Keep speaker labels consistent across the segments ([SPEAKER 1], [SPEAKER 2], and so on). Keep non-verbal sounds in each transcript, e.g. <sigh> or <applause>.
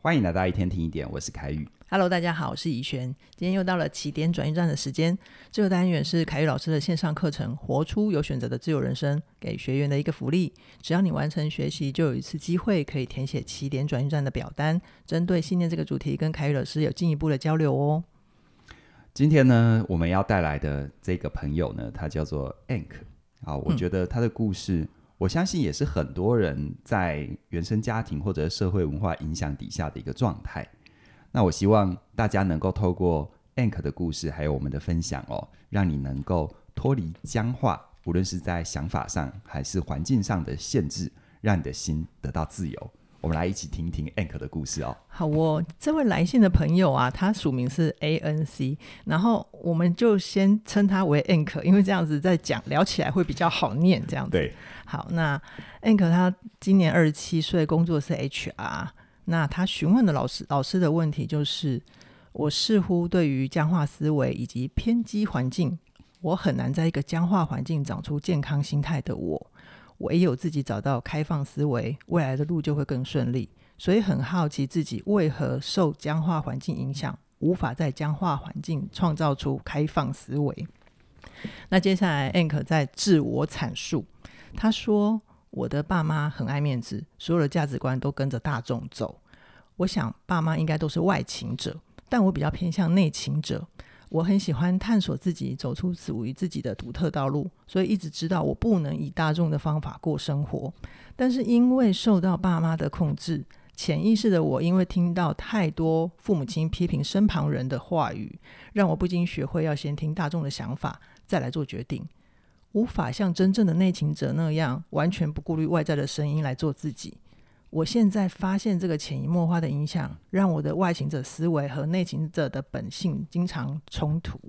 [SPEAKER 1] 欢迎来到一天听一点，我是凯宇。
[SPEAKER 2] Hello，大家好，我是怡璇。今天又到了起点转运站的时间。这个单元是凯宇老师的线上课程《活出有选择的自由人生》给学员的一个福利。只要你完成学习，就有一次机会可以填写起点转运站的表单，针对信念这个主题跟凯宇老师有进一步的交流哦。
[SPEAKER 1] 今天呢，我们要带来的这个朋友呢，他叫做 Ank 啊，我觉得他的故事，我相信也是很多人在原生家庭或者社会文化影响底下的一个状态。那我希望大家能够透过 Ank 的故事，还有我们的分享哦，让你能够脱离僵化，无论是在想法上还是环境上的限制，让你的心得到自由。我们来一起听一听 Ank 的故事哦。
[SPEAKER 2] 好哦，这位来信的朋友啊，他署名是 A N C，然后我们就先称他为 Ank，因为这样子在讲聊起来会比较好念。这样子，
[SPEAKER 1] 对，
[SPEAKER 2] 好，那 Ank 他今年二十七岁，工作是 HR。那他询问的老师老师的问题就是：我似乎对于僵化思维以及偏激环境，我很难在一个僵化环境长出健康心态的我。我也有自己找到开放思维，未来的路就会更顺利。所以很好奇自己为何受僵化环境影响，无法在僵化环境创造出开放思维。那接下来，Ank 在自我阐述，他说：“我的爸妈很爱面子，所有的价值观都跟着大众走。我想爸妈应该都是外勤者，但我比较偏向内勤者。我很喜欢探索自己，走出属于自己的独特道路，所以一直知道我不能以大众的方法过生活。但是因为受到爸妈的控制，潜意识的我因为听到太多父母亲批评身旁人的话语，让我不禁学会要先听大众的想法，再来做决定。无法像真正的内勤者那样完全不顾虑外在的声音来做自己。我现在发现这个潜移默化的影响，让我的外勤者思维和内勤者的本性经常冲突。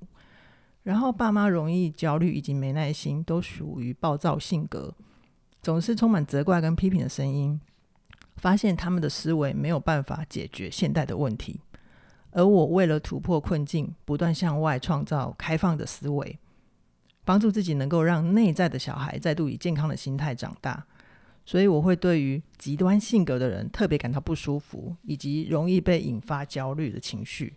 [SPEAKER 2] 然后爸妈容易焦虑以及没耐心，都属于暴躁性格，总是充满责怪跟批评的声音。发现他们的思维没有办法解决现代的问题，而我为了突破困境，不断向外创造开放的思维，帮助自己能够让内在的小孩再度以健康的心态长大。所以我会对于极端性格的人特别感到不舒服，以及容易被引发焦虑的情绪。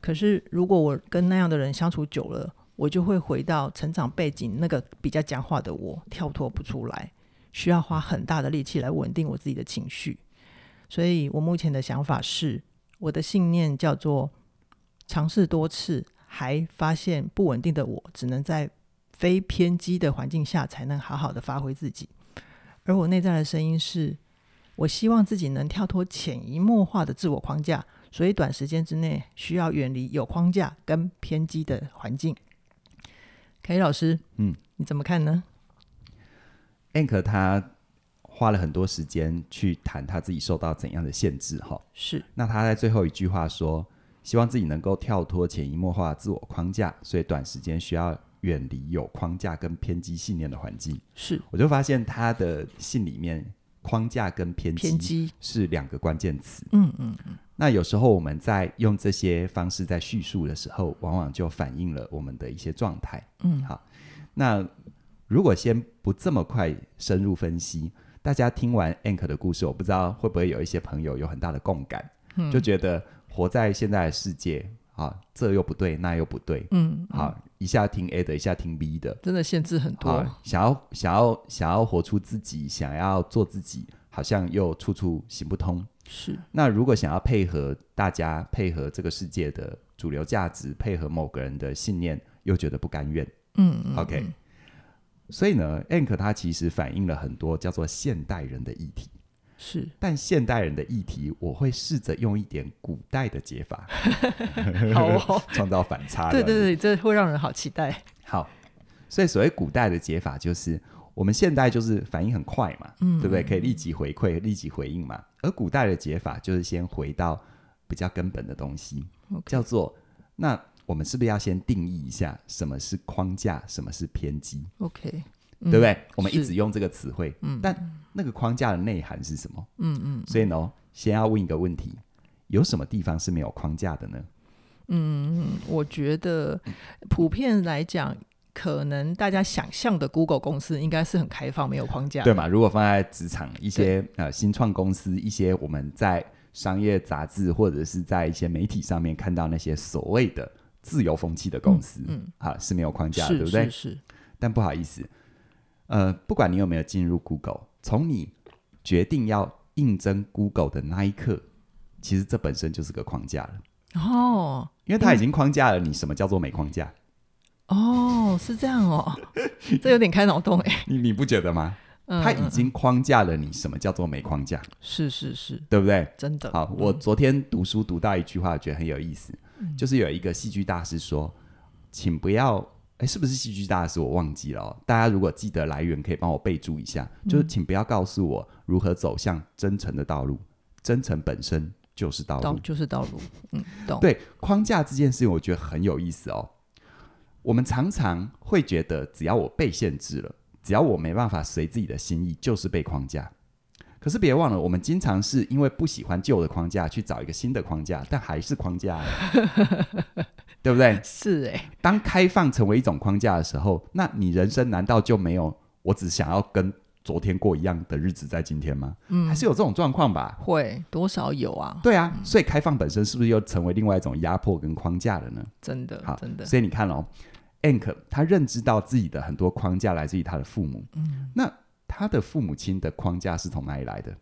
[SPEAKER 2] 可是如果我跟那样的人相处久了，我就会回到成长背景那个比较僵化的我，跳脱不出来，需要花很大的力气来稳定我自己的情绪。所以我目前的想法是，我的信念叫做尝试多次，还发现不稳定的我，只能在非偏激的环境下才能好好的发挥自己。而我内在的声音是，我希望自己能跳脱潜移默化的自我框架，所以短时间之内需要远离有框架跟偏激的环境。凯宇老师，
[SPEAKER 1] 嗯，
[SPEAKER 2] 你怎么看呢？
[SPEAKER 1] Ank 他花了很多时间去谈他自己受到怎样的限制哈。
[SPEAKER 2] 是
[SPEAKER 1] 那他在最后一句话说，希望自己能够跳脱潜移默化的自我框架，所以短时间需要远离有框架跟偏激信念的环境。
[SPEAKER 2] 是
[SPEAKER 1] 我就发现他的信里面框架跟偏
[SPEAKER 2] 偏激，
[SPEAKER 1] 是两个关键词。
[SPEAKER 2] 嗯嗯，
[SPEAKER 1] 那有时候我们在用这些方式在叙述的时候，往往就反映了我们的一些状态。
[SPEAKER 2] 嗯
[SPEAKER 1] 好，那如果先不这么快深入分析，大家听完 Ank 的故事，我不知道会不会有一些朋友有很大的共感，
[SPEAKER 2] 嗯
[SPEAKER 1] 就觉得活在现在的世界啊，这又不对，那又不对，
[SPEAKER 2] 嗯，
[SPEAKER 1] 好，一下听 A 的，一下听 B 的，
[SPEAKER 2] 真的限制很多
[SPEAKER 1] 好，，想要想要想要活出自己，想要做自己，好像又处处行不通。
[SPEAKER 2] 是
[SPEAKER 1] 那如果想要配合大家、配合这个世界的主流价值，配合某个人的信念，又觉得不甘愿。
[SPEAKER 2] 嗯嗯
[SPEAKER 1] OK，、所以呢，Ank 它其实反映了很多叫做现代人的议题。
[SPEAKER 2] 是
[SPEAKER 1] 但现代人的议题，我会试着用一点古代的解法，，
[SPEAKER 2] <laughs> 好哦
[SPEAKER 1] <laughs> 创造反差。
[SPEAKER 2] 对
[SPEAKER 1] 这样子
[SPEAKER 2] 对对，这会让人好期待。
[SPEAKER 1] 好，所以所谓古代的解法，就是我们现代就是反应很快嘛，
[SPEAKER 2] 嗯
[SPEAKER 1] 对不对？可以立即回馈、立即回应嘛。而古代的解法就是先回到比较根本的东西
[SPEAKER 2] OK
[SPEAKER 1] 叫做那我们是不是要先定义一下什么是框架，什么是偏激，
[SPEAKER 2] OK，
[SPEAKER 1] 对不对？我们一
[SPEAKER 2] 嗯是
[SPEAKER 1] 直用这个词汇，
[SPEAKER 2] 嗯
[SPEAKER 1] 但那个框架的内涵是什么？
[SPEAKER 2] 嗯嗯
[SPEAKER 1] 所以呢，先要问一个问题：有什么地方是没有框架的呢？
[SPEAKER 2] 嗯，我觉得
[SPEAKER 1] 嗯
[SPEAKER 2] 普遍来讲。可能大家想象的 Google 公司应该是很开放、没有框架的，
[SPEAKER 1] 对嘛？如果放在职场一些呃新创公司，一些我们在商业杂志或者是在一些媒体上面看到那些所谓的自由风气的公司，
[SPEAKER 2] 嗯，
[SPEAKER 1] 啊是没有框架的，对
[SPEAKER 2] 是
[SPEAKER 1] 不对
[SPEAKER 2] 是？是，
[SPEAKER 1] 但不好意思，呃，不管你有没有进入 Google，从你决定要应征 Google 的那一刻，其实这本身就是个框架了，
[SPEAKER 2] 哦
[SPEAKER 1] 因为它已经框架了你什么叫做没框
[SPEAKER 2] 嗯
[SPEAKER 1] 架，
[SPEAKER 2] 哦，是这样
[SPEAKER 1] <laughs>
[SPEAKER 2] 哦，这有点开脑洞哎，
[SPEAKER 1] 你你不觉得吗？
[SPEAKER 2] 嗯
[SPEAKER 1] 它已
[SPEAKER 2] 嗯
[SPEAKER 1] 经框架了你什么叫做没框架，
[SPEAKER 2] 是是是
[SPEAKER 1] 对不对？
[SPEAKER 2] 真的，
[SPEAKER 1] 好，我昨天读书读到一句话，觉得很有意思，就是有一个戏剧大师说，请不要。哎，是不是戏剧大师？我忘记了、哦。大家如果记得来源，可以帮我备注一下。就是请不要告诉我如何走向真诚的道路，真诚本身就是道
[SPEAKER 2] 道
[SPEAKER 1] 路。
[SPEAKER 2] 就是道路，嗯，懂，
[SPEAKER 1] 对框架这件事情，我觉得很有意思哦。我们常常会觉得，只要我被限制了，只要我没办法随自己的心意，就是被框架。可是别忘了，我们经常是因为不喜欢旧的框架，去找一个新的框架，但还是框架啊，对不对？
[SPEAKER 2] 是哎，
[SPEAKER 1] 当开放成为一种框架的时候，那你人生难道就没有我只想要跟昨天过一样的日子在今天吗？
[SPEAKER 2] 嗯
[SPEAKER 1] 还是有这种状况吧？
[SPEAKER 2] 会多少有啊，
[SPEAKER 1] 对啊，所以开放本身是不是又成为另外一种压迫跟框架了呢？
[SPEAKER 2] 真的
[SPEAKER 1] 好
[SPEAKER 2] 真的，
[SPEAKER 1] 所以你看哦，Ank 他认知到自己的很多框架来自于他的父母，嗯，那他的父母亲的框架是从哪里来的？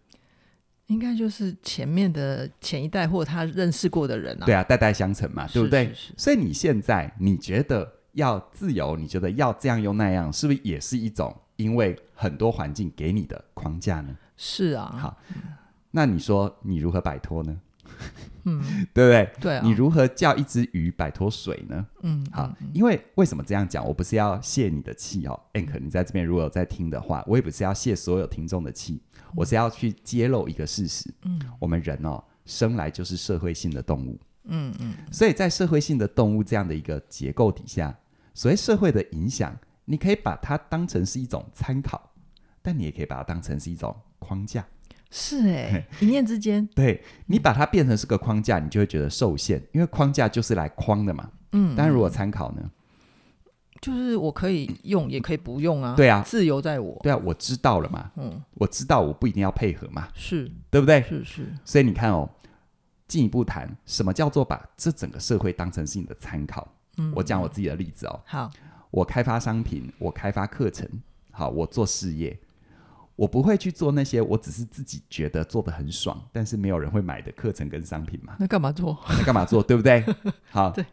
[SPEAKER 2] 应该就是前面的前一代或他认识过的人啊，
[SPEAKER 1] 对啊，代代相承嘛，对不对？
[SPEAKER 2] 是是是
[SPEAKER 1] 所以你现在你觉得要自由，你觉得要这样又那样，是不是也是一种因为很多环境给你的框架呢？
[SPEAKER 2] 是啊，
[SPEAKER 1] 好那你说你如何摆脱呢？
[SPEAKER 2] 嗯，
[SPEAKER 1] <laughs> 对不对？
[SPEAKER 2] 对啊，
[SPEAKER 1] 你如何叫一只鱼摆脱水呢？
[SPEAKER 2] 嗯
[SPEAKER 1] 好
[SPEAKER 2] 嗯，
[SPEAKER 1] 因为为什么这样讲？我不是要泄你的气哦，Ank，你在这边如果有在听的话，我也不是要泄所有听众的气，
[SPEAKER 2] 嗯
[SPEAKER 1] 我是要去揭露一个事实。嗯，我们人哦，生来就是社会性的动物。
[SPEAKER 2] 嗯嗯
[SPEAKER 1] 所以在社会性的动物这样的一个结构底下，所谓社会的影响，你可以把它当成是一种参考，但你也可以把它当成是一种框架。
[SPEAKER 2] 是哎，一念之间，
[SPEAKER 1] 对你把它变成是个框架，你就会觉得受限，因为框架就是来框的嘛。
[SPEAKER 2] 嗯，
[SPEAKER 1] 但如果参考呢？
[SPEAKER 2] 就是我可以用，也可以不用啊，
[SPEAKER 1] 对啊
[SPEAKER 2] 自由在我，
[SPEAKER 1] 对啊，我知道了嘛，
[SPEAKER 2] 嗯，
[SPEAKER 1] 我知道我不一定要配合嘛，
[SPEAKER 2] 是
[SPEAKER 1] 对不对？
[SPEAKER 2] 是是，
[SPEAKER 1] 所以你看哦，进一步谈什么叫做把这整个社会当成是你的参考。
[SPEAKER 2] 嗯，
[SPEAKER 1] 我讲我自己的例子哦，
[SPEAKER 2] 好，，
[SPEAKER 1] 我开发商品，我开发课程，好，我做事业，我不会去做那些我只是自己觉得做的很爽，但是没有人会买的课程跟商品嘛
[SPEAKER 2] 那干嘛做？
[SPEAKER 1] 那干嘛做，对不
[SPEAKER 2] <laughs>
[SPEAKER 1] 对？好，
[SPEAKER 2] 对。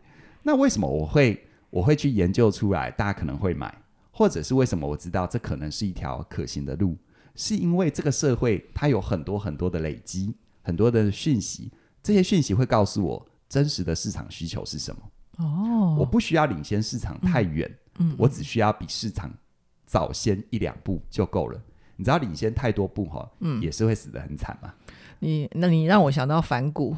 [SPEAKER 1] 那为什么我会我会去研究出来，大家可能会买，或者是为什么我知道这可能是一条可行的路，是因为这个社会它有很多很多的累积，很多的讯息，这些讯息会告诉我真实的市场需求是什么。
[SPEAKER 2] 哦，
[SPEAKER 1] 我不需要领先市场太远，
[SPEAKER 2] 嗯
[SPEAKER 1] 我只需要比市场早先一两步就够了。你知道领先太多步哈，
[SPEAKER 2] 嗯
[SPEAKER 1] 也是会死得很惨嘛。
[SPEAKER 2] 你那你让我想到反骨，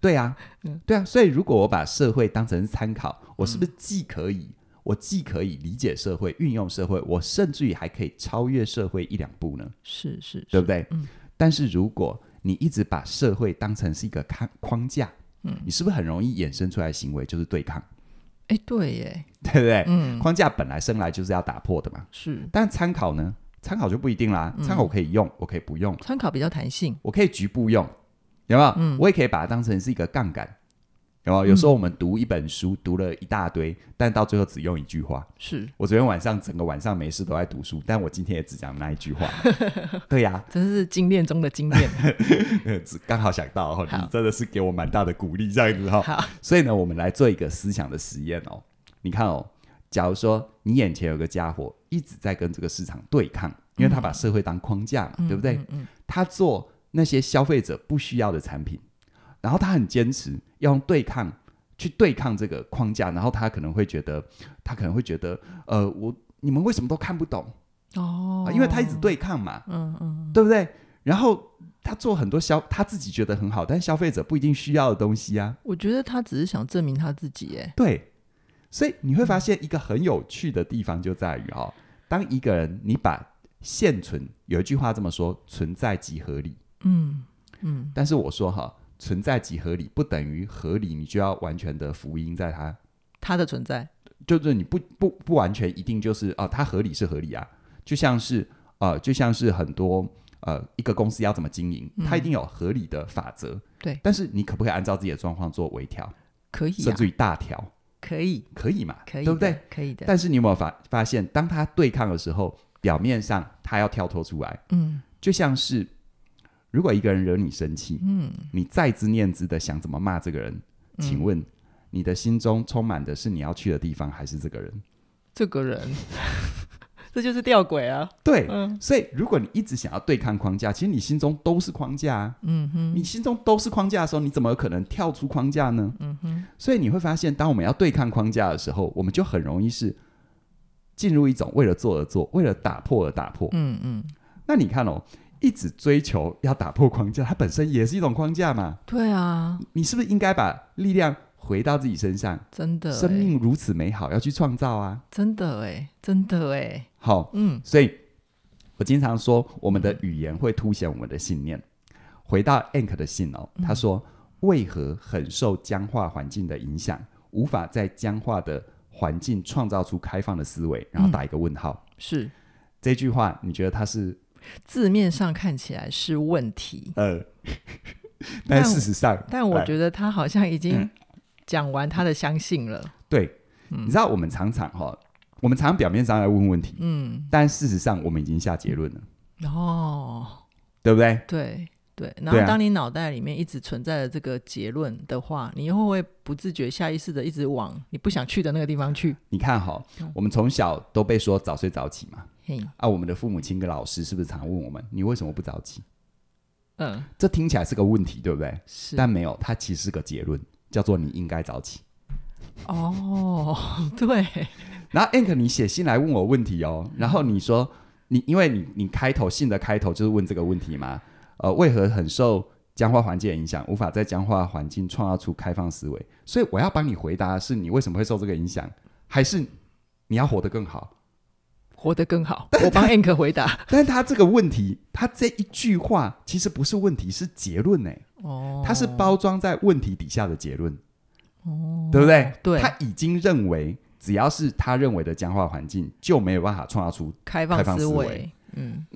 [SPEAKER 1] 对啊
[SPEAKER 2] 嗯，
[SPEAKER 1] 对啊。所以如果我把社会当成是参考，我是不是既可以，
[SPEAKER 2] 嗯
[SPEAKER 1] 我既可以理解社会、运用社会，我甚至于还可以超越社会一两步呢？
[SPEAKER 2] 是是，是
[SPEAKER 1] 对不对？
[SPEAKER 2] 嗯
[SPEAKER 1] 但是如果你一直把社会当成是一个框框架，
[SPEAKER 2] 嗯
[SPEAKER 1] 你是不是很容易衍生出来的行为就是对抗， <laughs>
[SPEAKER 2] 哎，对耶，
[SPEAKER 1] 对不对？
[SPEAKER 2] 嗯，
[SPEAKER 1] 框架本来生来就是要打破的嘛。
[SPEAKER 2] 是
[SPEAKER 1] 但参考呢？参考就不一定啦。
[SPEAKER 2] 嗯
[SPEAKER 1] 参考我可以用，我可以不用，
[SPEAKER 2] 参考比较弹性，
[SPEAKER 1] 我可以局部用，有没有？
[SPEAKER 2] 嗯
[SPEAKER 1] 我也可以把它当成是一个杠杆，有没有？有时候我们读一本书，读了一大堆，但到最后只用一句话。
[SPEAKER 2] 是，
[SPEAKER 1] 我昨天晚上整个晚上没事都在读书，但我今天也只讲那一句话。对呀、
[SPEAKER 2] 真是精炼中的精
[SPEAKER 1] <laughs>
[SPEAKER 2] 炼，
[SPEAKER 1] 呃只刚好想到哦，
[SPEAKER 2] 好
[SPEAKER 1] 你真的是给我蛮大的鼓励，这样子哈、哦。
[SPEAKER 2] 好，
[SPEAKER 1] 所以呢，我们来做一个思想的实验哦。你看哦，假如说你眼前有个家伙一直在跟这个市场对抗，因为他把社会当框架嘛，对不对？
[SPEAKER 2] 嗯？嗯，嗯
[SPEAKER 1] 他做那些消费者不需要的产品，然后他很坚持要用对抗去对抗这个框架，然后他可能会觉得，他可能会觉得，呃，我你们为什么都看不懂？
[SPEAKER 2] 哦
[SPEAKER 1] 啊，因为他一直，对抗嘛，
[SPEAKER 2] 嗯嗯，
[SPEAKER 1] 对不对？然后他做很多消他自己觉得很好，但消费者不一定需要的东西啊。
[SPEAKER 2] 我觉得他只是想证明他自己，哎，
[SPEAKER 1] 对，所以你会发现一个很有趣的地方就在于哦，当一个人你把现存有一句话这么说，存在即合理。
[SPEAKER 2] 嗯嗯，
[SPEAKER 1] 但是我说哈，存在即合理不等于合理，你就要完全的福音在它，
[SPEAKER 2] 他的存在，
[SPEAKER 1] 就是你不不啊不完全一定就是哦，它合理是合理啊，就像是呃，就像是很多呃一个公司要怎么经营，它一定有合理的法则。
[SPEAKER 2] 嗯对
[SPEAKER 1] 但是你可不可以按照自己的状况做微调，
[SPEAKER 2] 可以、
[SPEAKER 1] 甚
[SPEAKER 2] 啊，
[SPEAKER 1] 至于大调？
[SPEAKER 2] 可以，
[SPEAKER 1] 可以嘛？
[SPEAKER 2] 可以，
[SPEAKER 1] 对不对？？
[SPEAKER 2] 可以的，
[SPEAKER 1] 但是你有没有发发现，当他对抗的时候，表面上他要跳脱出来，
[SPEAKER 2] 嗯
[SPEAKER 1] 就像是如果一个人惹你生气，
[SPEAKER 2] 嗯，
[SPEAKER 1] 你再知念之的想怎么骂这个人，请问你的心中充满的是你要去的地方，还是这个人？
[SPEAKER 2] 这个人， <laughs> 这就是吊诡啊，
[SPEAKER 1] 对，
[SPEAKER 2] 嗯
[SPEAKER 1] 所以如果你一直想要对抗框架，其实你心中都是框架、啊。
[SPEAKER 2] 嗯哼，
[SPEAKER 1] 你心中都是框架的时候，你怎么有可能跳出框架呢？
[SPEAKER 2] 嗯哼，
[SPEAKER 1] 所以你会发现，当我们要对抗框架的时候，我们就很容易是进入一种为了做而做，为了打破而打破。
[SPEAKER 2] 嗯嗯，
[SPEAKER 1] 那你看哦，一直追求要打破框架，它本身也是一种框架嘛。
[SPEAKER 2] 对啊，
[SPEAKER 1] 你是不是应该把力量回到自己身上？
[SPEAKER 2] 真的欸、
[SPEAKER 1] 生命如此美好，要去创造啊！
[SPEAKER 2] 真的哎、真的哎、
[SPEAKER 1] 好、
[SPEAKER 2] 嗯
[SPEAKER 1] 所以我经常说，我们的语言会凸显我们的信念。回到 Ank 的信
[SPEAKER 2] 嗯
[SPEAKER 1] 哦，他说：“为何很受僵化环境的影响，无法在僵化的环境创造出开放的思维？”
[SPEAKER 2] 嗯
[SPEAKER 1] 然后打一个问号。
[SPEAKER 2] 是
[SPEAKER 1] 这句话你觉得它是
[SPEAKER 2] 字面上看起来是问题，
[SPEAKER 1] 呃？
[SPEAKER 2] <laughs> 但
[SPEAKER 1] 但事实上，
[SPEAKER 2] 但我
[SPEAKER 1] 来
[SPEAKER 2] 觉得他好像已经讲完他的相信了。
[SPEAKER 1] 对，
[SPEAKER 2] 嗯
[SPEAKER 1] 你知道我们常常哈、我们常常表面上来问问题，
[SPEAKER 2] 嗯，
[SPEAKER 1] 但事实上我们已经下结论了，
[SPEAKER 2] 哦，
[SPEAKER 1] 对不对？
[SPEAKER 2] 对对。然
[SPEAKER 1] 对
[SPEAKER 2] 后
[SPEAKER 1] 啊
[SPEAKER 2] 当你脑袋里面一直存在着这个结论的话，你又会不自觉、下意识的一直往你不想去的那个地方去。
[SPEAKER 1] 你看哈、
[SPEAKER 2] 嗯
[SPEAKER 1] 我们从小都被说早睡早起嘛，
[SPEAKER 2] 嘿，
[SPEAKER 1] 啊，我们的父母亲跟老师是不是常问我们，你为什么不早起？
[SPEAKER 2] 嗯，
[SPEAKER 1] 这听起来是个问题，对不对？
[SPEAKER 2] 是。
[SPEAKER 1] 但没有，它其实是个结论，叫做你应该早起。
[SPEAKER 2] 哦， <laughs> 对，
[SPEAKER 1] 然后 Ank，你写信来问我问题哦，然后你说你因为你你开头信的开头就是问这个问题嘛，呃，为何很受僵化环境的影响，无法在僵化环境创造出开放思维？所以我要帮你回答，是你为什么会受这个影响，还是你要活得更好？ <laughs>
[SPEAKER 2] 活得更 <laughs> 好。我帮 Ank 回 <laughs> 答。
[SPEAKER 1] 但是他这个问题，他这一句话其实不是问题，是结论呢、
[SPEAKER 2] 哦，
[SPEAKER 1] 它是包装在问题底下的结论，哦，对不对？
[SPEAKER 2] 对
[SPEAKER 1] 他已经认为只要是他认为的僵化环境，就没有办法创造出
[SPEAKER 2] 开放
[SPEAKER 1] 开放思维
[SPEAKER 2] 维。嗯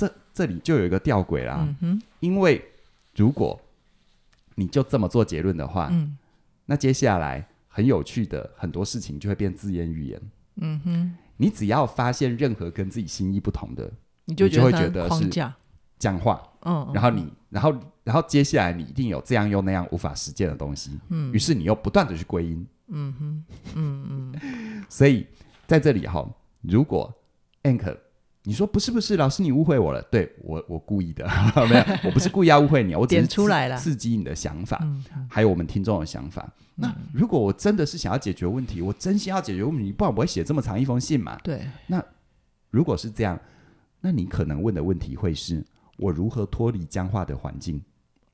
[SPEAKER 1] 这这里就有一个吊诡啦，
[SPEAKER 2] 嗯哼
[SPEAKER 1] 因为如果你就这么做结论的话，
[SPEAKER 2] 嗯
[SPEAKER 1] 那接下来很有趣的很多事情就会变自言语言。
[SPEAKER 2] 嗯哼，
[SPEAKER 1] 你只要发现任何跟自己心意不同的
[SPEAKER 2] 你
[SPEAKER 1] 就
[SPEAKER 2] 就
[SPEAKER 1] 觉得它
[SPEAKER 2] 它
[SPEAKER 1] 是
[SPEAKER 2] 框架。
[SPEAKER 1] 僵化，
[SPEAKER 2] 嗯，
[SPEAKER 1] 然后你，然后，然后接下来你一定有这样又那样无法实践的东西，嗯，于是你又不断的去归因，
[SPEAKER 2] 嗯哼，嗯嗯，
[SPEAKER 1] 所以在这里哈，如果 Ank，你说不是不是，老师你误会我了，对我我故意的， <laughs> 没有，我不是故意要误会你，我只是
[SPEAKER 2] 点出
[SPEAKER 1] 刺
[SPEAKER 2] 来啦
[SPEAKER 1] 刺激你的想法，
[SPEAKER 2] 嗯
[SPEAKER 1] 还有我们听众的想法。那如果我真的是想要解决问题，我真心要解决问题，不然我不会写这么长一封信嘛。
[SPEAKER 2] 对，
[SPEAKER 1] 如果是这样，那你可能问的问题会是我如何脱离僵化的环境，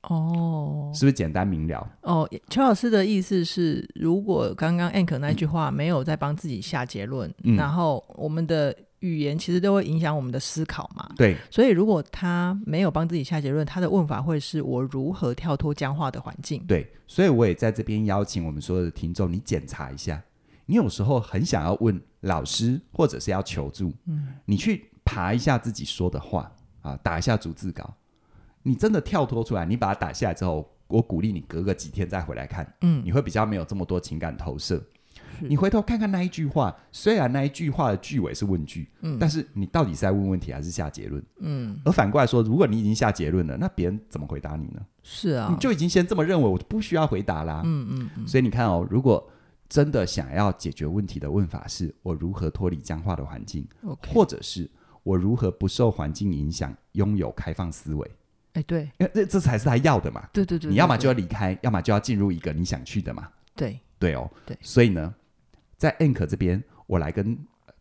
[SPEAKER 2] 哦
[SPEAKER 1] 是不是简单明了？
[SPEAKER 2] 哦，邱老师的意思是，如果刚刚 Ank 那句话没有在帮自己下结论，
[SPEAKER 1] 嗯
[SPEAKER 2] 然后我们的语言其实都会影响我们的思考嘛。
[SPEAKER 1] 对，
[SPEAKER 2] 所以，如果他没有帮自己下结论，他的问法会是我如何跳脱僵化的环境？
[SPEAKER 1] 对，所以我也在这边邀请我们所有的听众，你检查一下，你有时候很想要问老师，或者是要求助，
[SPEAKER 2] 嗯
[SPEAKER 1] 你去爬一下自己说的话啊，打一下逐字稿，你真的跳脱出来，你把它打下来之后，我鼓励你隔个几天再回来看，
[SPEAKER 2] 嗯
[SPEAKER 1] 你会比较没有这么多情感投射。
[SPEAKER 2] 是
[SPEAKER 1] 你回头看看那一句话，虽然那一句话的句尾是问句，
[SPEAKER 2] 嗯
[SPEAKER 1] 但是你到底是在问问题还是下结论？
[SPEAKER 2] 嗯，
[SPEAKER 1] 而反过来说，如果你已经下结论了，那别人怎么回答你呢？
[SPEAKER 2] 是
[SPEAKER 1] 你
[SPEAKER 2] 啊，
[SPEAKER 1] 就已经先这么认为，我就不需要回答啦。
[SPEAKER 2] 嗯嗯嗯，
[SPEAKER 1] 所以你看哦，如果真的想要解决问题的问法是我如何脱离僵化的环境，
[SPEAKER 2] OK
[SPEAKER 1] 或者是我如何不受环境影响，拥有开放思维，
[SPEAKER 2] 哎，对
[SPEAKER 1] 因为这这才是他要的嘛。
[SPEAKER 2] 对对对，
[SPEAKER 1] 你要么
[SPEAKER 2] 对
[SPEAKER 1] 就要离开，要么就要进入一个你想去的嘛。
[SPEAKER 2] 对，
[SPEAKER 1] 对哦，
[SPEAKER 2] 对
[SPEAKER 1] 所以呢，在 Ank 这边，我来跟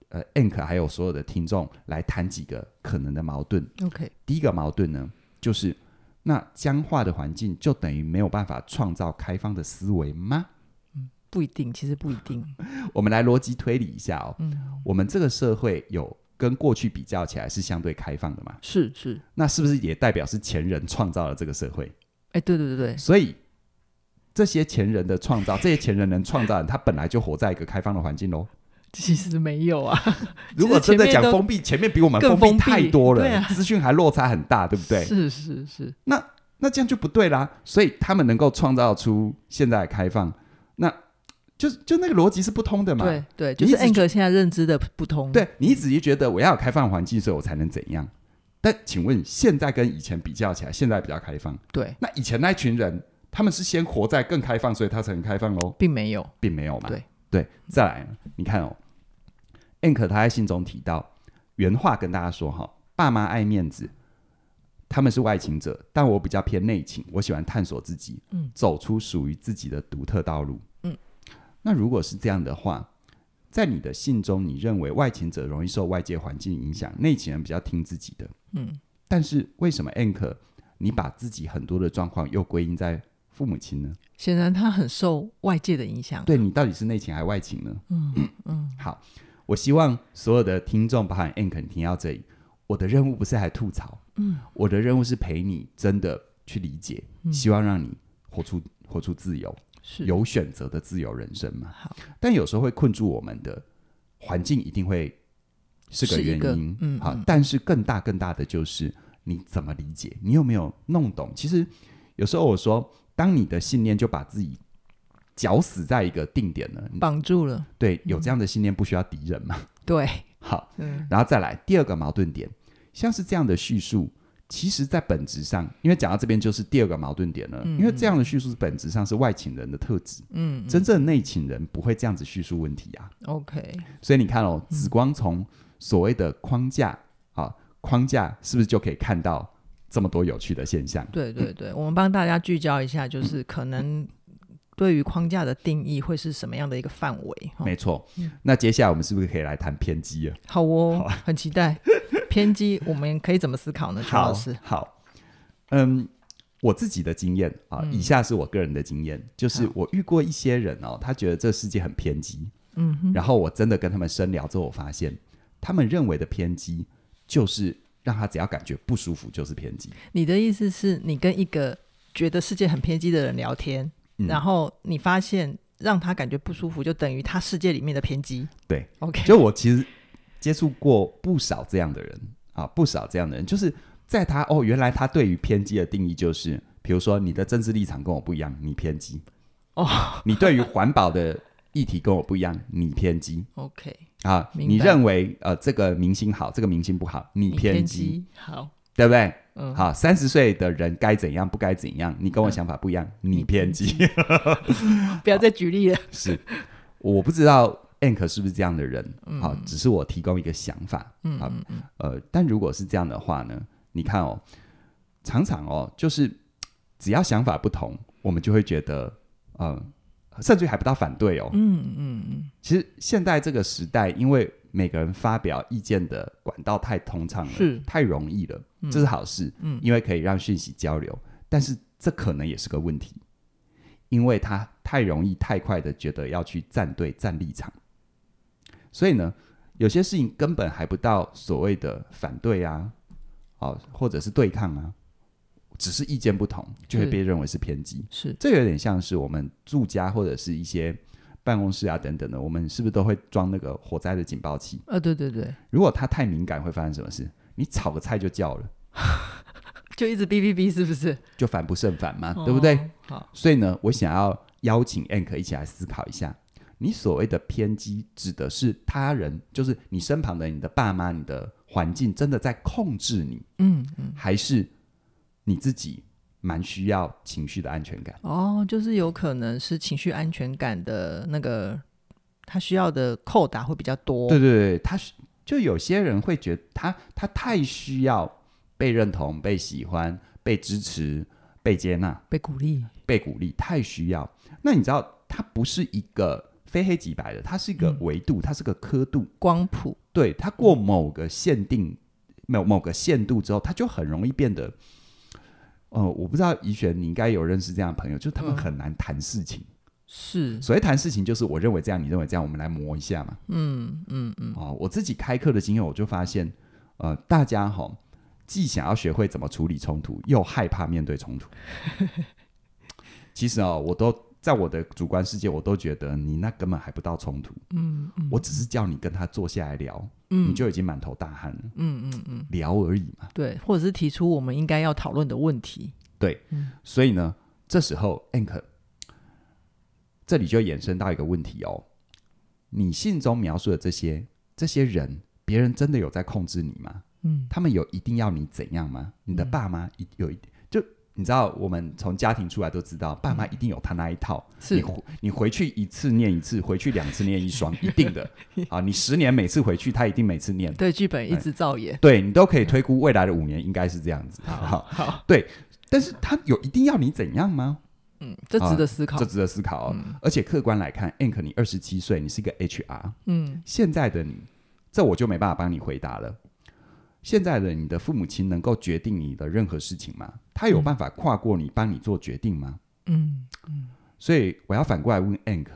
[SPEAKER 1] 呃 Ank 还有所有的听众来谈几个可能的矛盾。
[SPEAKER 2] 对，OK，
[SPEAKER 1] 第一个矛盾呢，就是那僵化的环境就等于没有办法创造开放的思维吗？
[SPEAKER 2] 不一定，其实不一
[SPEAKER 1] <laughs>
[SPEAKER 2] 定，
[SPEAKER 1] 我们来逻辑推理一下哦。
[SPEAKER 2] 嗯，
[SPEAKER 1] 我们这个社会有跟过去比较起来是相对开放的嘛？
[SPEAKER 2] 是是，
[SPEAKER 1] 那是不是也代表是前人创造了这个社会？
[SPEAKER 2] 哎，对对对对，
[SPEAKER 1] 所以
[SPEAKER 2] <laughs>
[SPEAKER 1] 这些前人的创造，这些前人能创造的人，他本来就活在一个开放的环境喽。哦
[SPEAKER 2] 其实没有啊，
[SPEAKER 1] 如果真的讲封闭，前面比我们
[SPEAKER 2] 更
[SPEAKER 1] 闭
[SPEAKER 2] 封闭
[SPEAKER 1] 太多
[SPEAKER 2] 对
[SPEAKER 1] 了，
[SPEAKER 2] 啊
[SPEAKER 1] 资讯还落差很大，对不对？
[SPEAKER 2] 是是是，
[SPEAKER 1] 那这样就不对啦。所以他们能够创造出现在的开放，那就就那个逻辑是不通的嘛。
[SPEAKER 2] 对
[SPEAKER 1] 你
[SPEAKER 2] 对，就是
[SPEAKER 1] 一直
[SPEAKER 2] Ank 现在认知的不同。
[SPEAKER 1] 对你只是觉得我要有开放环境，所以我才能怎样。但请问，现在跟以前比较起来，现在比较开放，
[SPEAKER 2] 对，
[SPEAKER 1] 那以前那一群人，他们是先活在更开放，所以他才能开放喽，
[SPEAKER 2] 并没有。
[SPEAKER 1] 并没有嘛。
[SPEAKER 2] 对
[SPEAKER 1] 再来，你看哦，Ank 他在信中提到原话跟大家说哈、爸妈爱面子，他们是外倾者，但我比较偏内倾，我喜欢探索自己，
[SPEAKER 2] 嗯，
[SPEAKER 1] 走出属于自己的独特道路，
[SPEAKER 2] 嗯。
[SPEAKER 1] 那如果是这样的话，在你的信中，你认为外倾者容易受外界环境影响，内倾人比较听自己的，
[SPEAKER 2] 嗯，
[SPEAKER 1] 但是为什么 Ank 你把自己很多的状况又归因在父母亲呢？
[SPEAKER 2] 显然他很受外界的影响。
[SPEAKER 1] 对你到底是内倾还外倾呢？
[SPEAKER 2] 嗯嗯，
[SPEAKER 1] <clears throat> 好，我希望所有的听众，包含 Ank，你听到这里，我的任务不是还吐槽，嗯，我的任务是陪你真的去理解，
[SPEAKER 2] 嗯
[SPEAKER 1] 希望让你活出活出自由，
[SPEAKER 2] 是
[SPEAKER 1] 有选择的自由人生嘛。
[SPEAKER 2] 嗯好，
[SPEAKER 1] 但有时候会困住我们的环境，一定会是个
[SPEAKER 2] 是一
[SPEAKER 1] 原
[SPEAKER 2] 个
[SPEAKER 1] 因，
[SPEAKER 2] 嗯
[SPEAKER 1] 好
[SPEAKER 2] 嗯，
[SPEAKER 1] 但是更大更大的就是你怎么理解，你有没有弄懂？其实有时候我说，当你的信念就把自己绞死在一个定点了，你
[SPEAKER 2] 绑住了。
[SPEAKER 1] 对，有
[SPEAKER 2] 嗯
[SPEAKER 1] 这样的信念不需要敌人嘛？ <laughs>
[SPEAKER 2] 对，
[SPEAKER 1] 好，
[SPEAKER 2] 嗯，
[SPEAKER 1] 然后再来第二个矛盾点，像是这样的叙述，其实在本质上，因为讲到这边就是第二个矛盾点了，
[SPEAKER 2] 嗯
[SPEAKER 1] 因为这样的叙述本质上是外请人的特质，
[SPEAKER 2] 嗯，
[SPEAKER 1] 真正内请人不会这样子叙述问题啊。
[SPEAKER 2] OK，
[SPEAKER 1] 所以你看哦，紫光从所谓的框架啊，框架是不是就可以看到这么多有趣的现象？
[SPEAKER 2] 对对对，我们帮大家聚焦一下，就是可能对于框架的定义会是什么样的一个范围？哈
[SPEAKER 1] 没错
[SPEAKER 2] 嗯，
[SPEAKER 1] 那接下来我们是不是可以来谈偏激了？
[SPEAKER 2] 好哦，
[SPEAKER 1] 好啊
[SPEAKER 2] 很期
[SPEAKER 1] <laughs>
[SPEAKER 2] 待偏激，我们可以怎么思考呢？邱老师，
[SPEAKER 1] 好，嗯，我自己的经验啊，
[SPEAKER 2] 嗯
[SPEAKER 1] 以下是我个人的经验，就是
[SPEAKER 2] 好
[SPEAKER 1] 我遇过一些人哦，他觉得这世界很偏激，
[SPEAKER 2] 嗯哼，
[SPEAKER 1] 然后我真的跟他们深聊之后，我发现他们认为的偏激就是让他只要感觉不舒服就是偏激，
[SPEAKER 2] 你的意思是你跟一个觉得世界很偏激的人聊天，
[SPEAKER 1] 嗯
[SPEAKER 2] 然后你发现让他感觉不舒服，就等于他世界里面的偏激。
[SPEAKER 1] 对
[SPEAKER 2] ，OK，
[SPEAKER 1] 就我其实接触过不少这样的人啊，不少这样的人，就是在他哦，原来他对于偏激的定义就是，比如说你的政治立场跟我不一样，你偏激；
[SPEAKER 2] 哦
[SPEAKER 1] <laughs> 你对于环保的议题跟我不一样，你偏激
[SPEAKER 2] OK，
[SPEAKER 1] 啊。
[SPEAKER 2] 明
[SPEAKER 1] 你
[SPEAKER 2] 白
[SPEAKER 1] 认为呃这个明星好，这个明星不好，你
[SPEAKER 2] 你
[SPEAKER 1] 偏激，
[SPEAKER 2] 激，好，
[SPEAKER 1] 对不对？
[SPEAKER 2] 嗯，
[SPEAKER 1] 好，三十岁的人该怎样，不该怎样，你跟我想法不一样，你
[SPEAKER 2] 你
[SPEAKER 1] 偏
[SPEAKER 2] 偏
[SPEAKER 1] 激。
[SPEAKER 2] 不要再举例了。
[SPEAKER 1] <laughs> 是，我不知道 Ank 是不是这样的人，
[SPEAKER 2] 嗯
[SPEAKER 1] 好，只是我提供一个想法，
[SPEAKER 2] 嗯
[SPEAKER 1] 好
[SPEAKER 2] 嗯嗯，
[SPEAKER 1] 呃，但如果是这样的话呢，你看哦，常常哦，就是只要想法不同，我们就会觉得，嗯、甚至于还不到反对哦。
[SPEAKER 2] 嗯嗯嗯，
[SPEAKER 1] 其实现在这个时代，因为每个人发表意见的管道太通畅了，
[SPEAKER 2] 是
[SPEAKER 1] 太容易了，
[SPEAKER 2] 嗯
[SPEAKER 1] 这是好事，
[SPEAKER 2] 嗯
[SPEAKER 1] 因为可以让讯息交流，但是这可能也是个问题，因为他太容易、太快的觉得要去站队、站立场，所以呢，有些事情根本还不到所谓的反对啊，哦，或者是对抗啊，只是意见不同，就会
[SPEAKER 2] 是
[SPEAKER 1] 被认为是偏激。
[SPEAKER 2] <laughs> 是
[SPEAKER 1] 这有点像是我们住家或者是一些办公室啊等等的，我们是不是都会装那个火灾的警报器？
[SPEAKER 2] 啊，对对对，
[SPEAKER 1] 如果它太敏感，会发生什么事？你炒个菜就叫了，
[SPEAKER 2] 就一直哔哔哔，是不是？
[SPEAKER 1] 就烦不胜烦嘛，对不对？
[SPEAKER 2] 哦？好，
[SPEAKER 1] 所以呢，我想要邀请 Ank 一起来思考一下，你所谓的偏激指的是他人，就是你身旁的你的爸妈、你的环境真的在控制你，
[SPEAKER 2] 嗯嗯，
[SPEAKER 1] 还是你自己蛮需要情绪的安全感？
[SPEAKER 2] 哦，就是有可能是情绪安全感的那个，他需要的扣打会比较多。
[SPEAKER 1] 对对对，他是就有些人会觉得他他太需要被认同、被喜欢、被支持、被接纳、
[SPEAKER 2] 被鼓励，
[SPEAKER 1] 被鼓励，太需要。那你知道，它不是一个非黑即白的，它是一个
[SPEAKER 2] 嗯
[SPEAKER 1] 维度，它是个刻度。
[SPEAKER 2] 光谱
[SPEAKER 1] 对，它过某个限定、某某个限度之后，它就很容易变得。呃，我不知道怡璇，你应该有认识这样的朋友，就是他们
[SPEAKER 2] 嗯
[SPEAKER 1] 很难谈事情。
[SPEAKER 2] 是，
[SPEAKER 1] 所谓谈事情，就是我认为这样，你认为这样，我们来磨一下嘛。
[SPEAKER 2] 嗯嗯嗯，
[SPEAKER 1] 哦，我自己开课的经验，我就发现，呃，大家哈、既想要学会
[SPEAKER 2] <laughs>
[SPEAKER 1] 怎么处理冲突，又害怕面对冲突。其实哦，我都在我的主观世界，我都觉得你那根本还不到冲突，
[SPEAKER 2] 嗯嗯
[SPEAKER 1] 我只是叫你跟他坐下来聊，
[SPEAKER 2] 嗯
[SPEAKER 1] 你就已经满头大汗了，
[SPEAKER 2] 嗯嗯嗯，
[SPEAKER 1] 聊而已嘛。
[SPEAKER 2] 对，或者是提出我们应该要讨论的问题，
[SPEAKER 1] 对，
[SPEAKER 2] 嗯
[SPEAKER 1] 所以呢，这时候 Ank 这里就衍生到一个问题哦，你信中描述的这些这些人，别人真的有在控制你吗？
[SPEAKER 2] 嗯
[SPEAKER 1] 他们有一定要你怎样吗？你的爸妈一有一就你知道，我们从家庭出来都知道，爸妈一定有他那一套。
[SPEAKER 2] 嗯是
[SPEAKER 1] 你回你回去一次念一次，回去两次念一
[SPEAKER 2] <laughs>
[SPEAKER 1] 双，一定的啊！你十年每次回去，他一定每次念。
[SPEAKER 2] 对，剧本一
[SPEAKER 1] 哎
[SPEAKER 2] 直
[SPEAKER 1] <laughs>
[SPEAKER 2] 造演，
[SPEAKER 1] 对你都可以推估未来的五年应该是这样子，好不好对，但是他有一定要你怎样吗？
[SPEAKER 2] 嗯，这值得思考
[SPEAKER 1] 这，值得思考哦。而且客观来看，Ank，你二十七岁，你是一个 HR，
[SPEAKER 2] 嗯
[SPEAKER 1] 现在的你，这我就没办法帮你回答了。现在的你的父母亲能够决定你的任何事情吗？他有办法跨过你帮你做决定吗？
[SPEAKER 2] 嗯
[SPEAKER 1] 所以我要反过来问 Ank，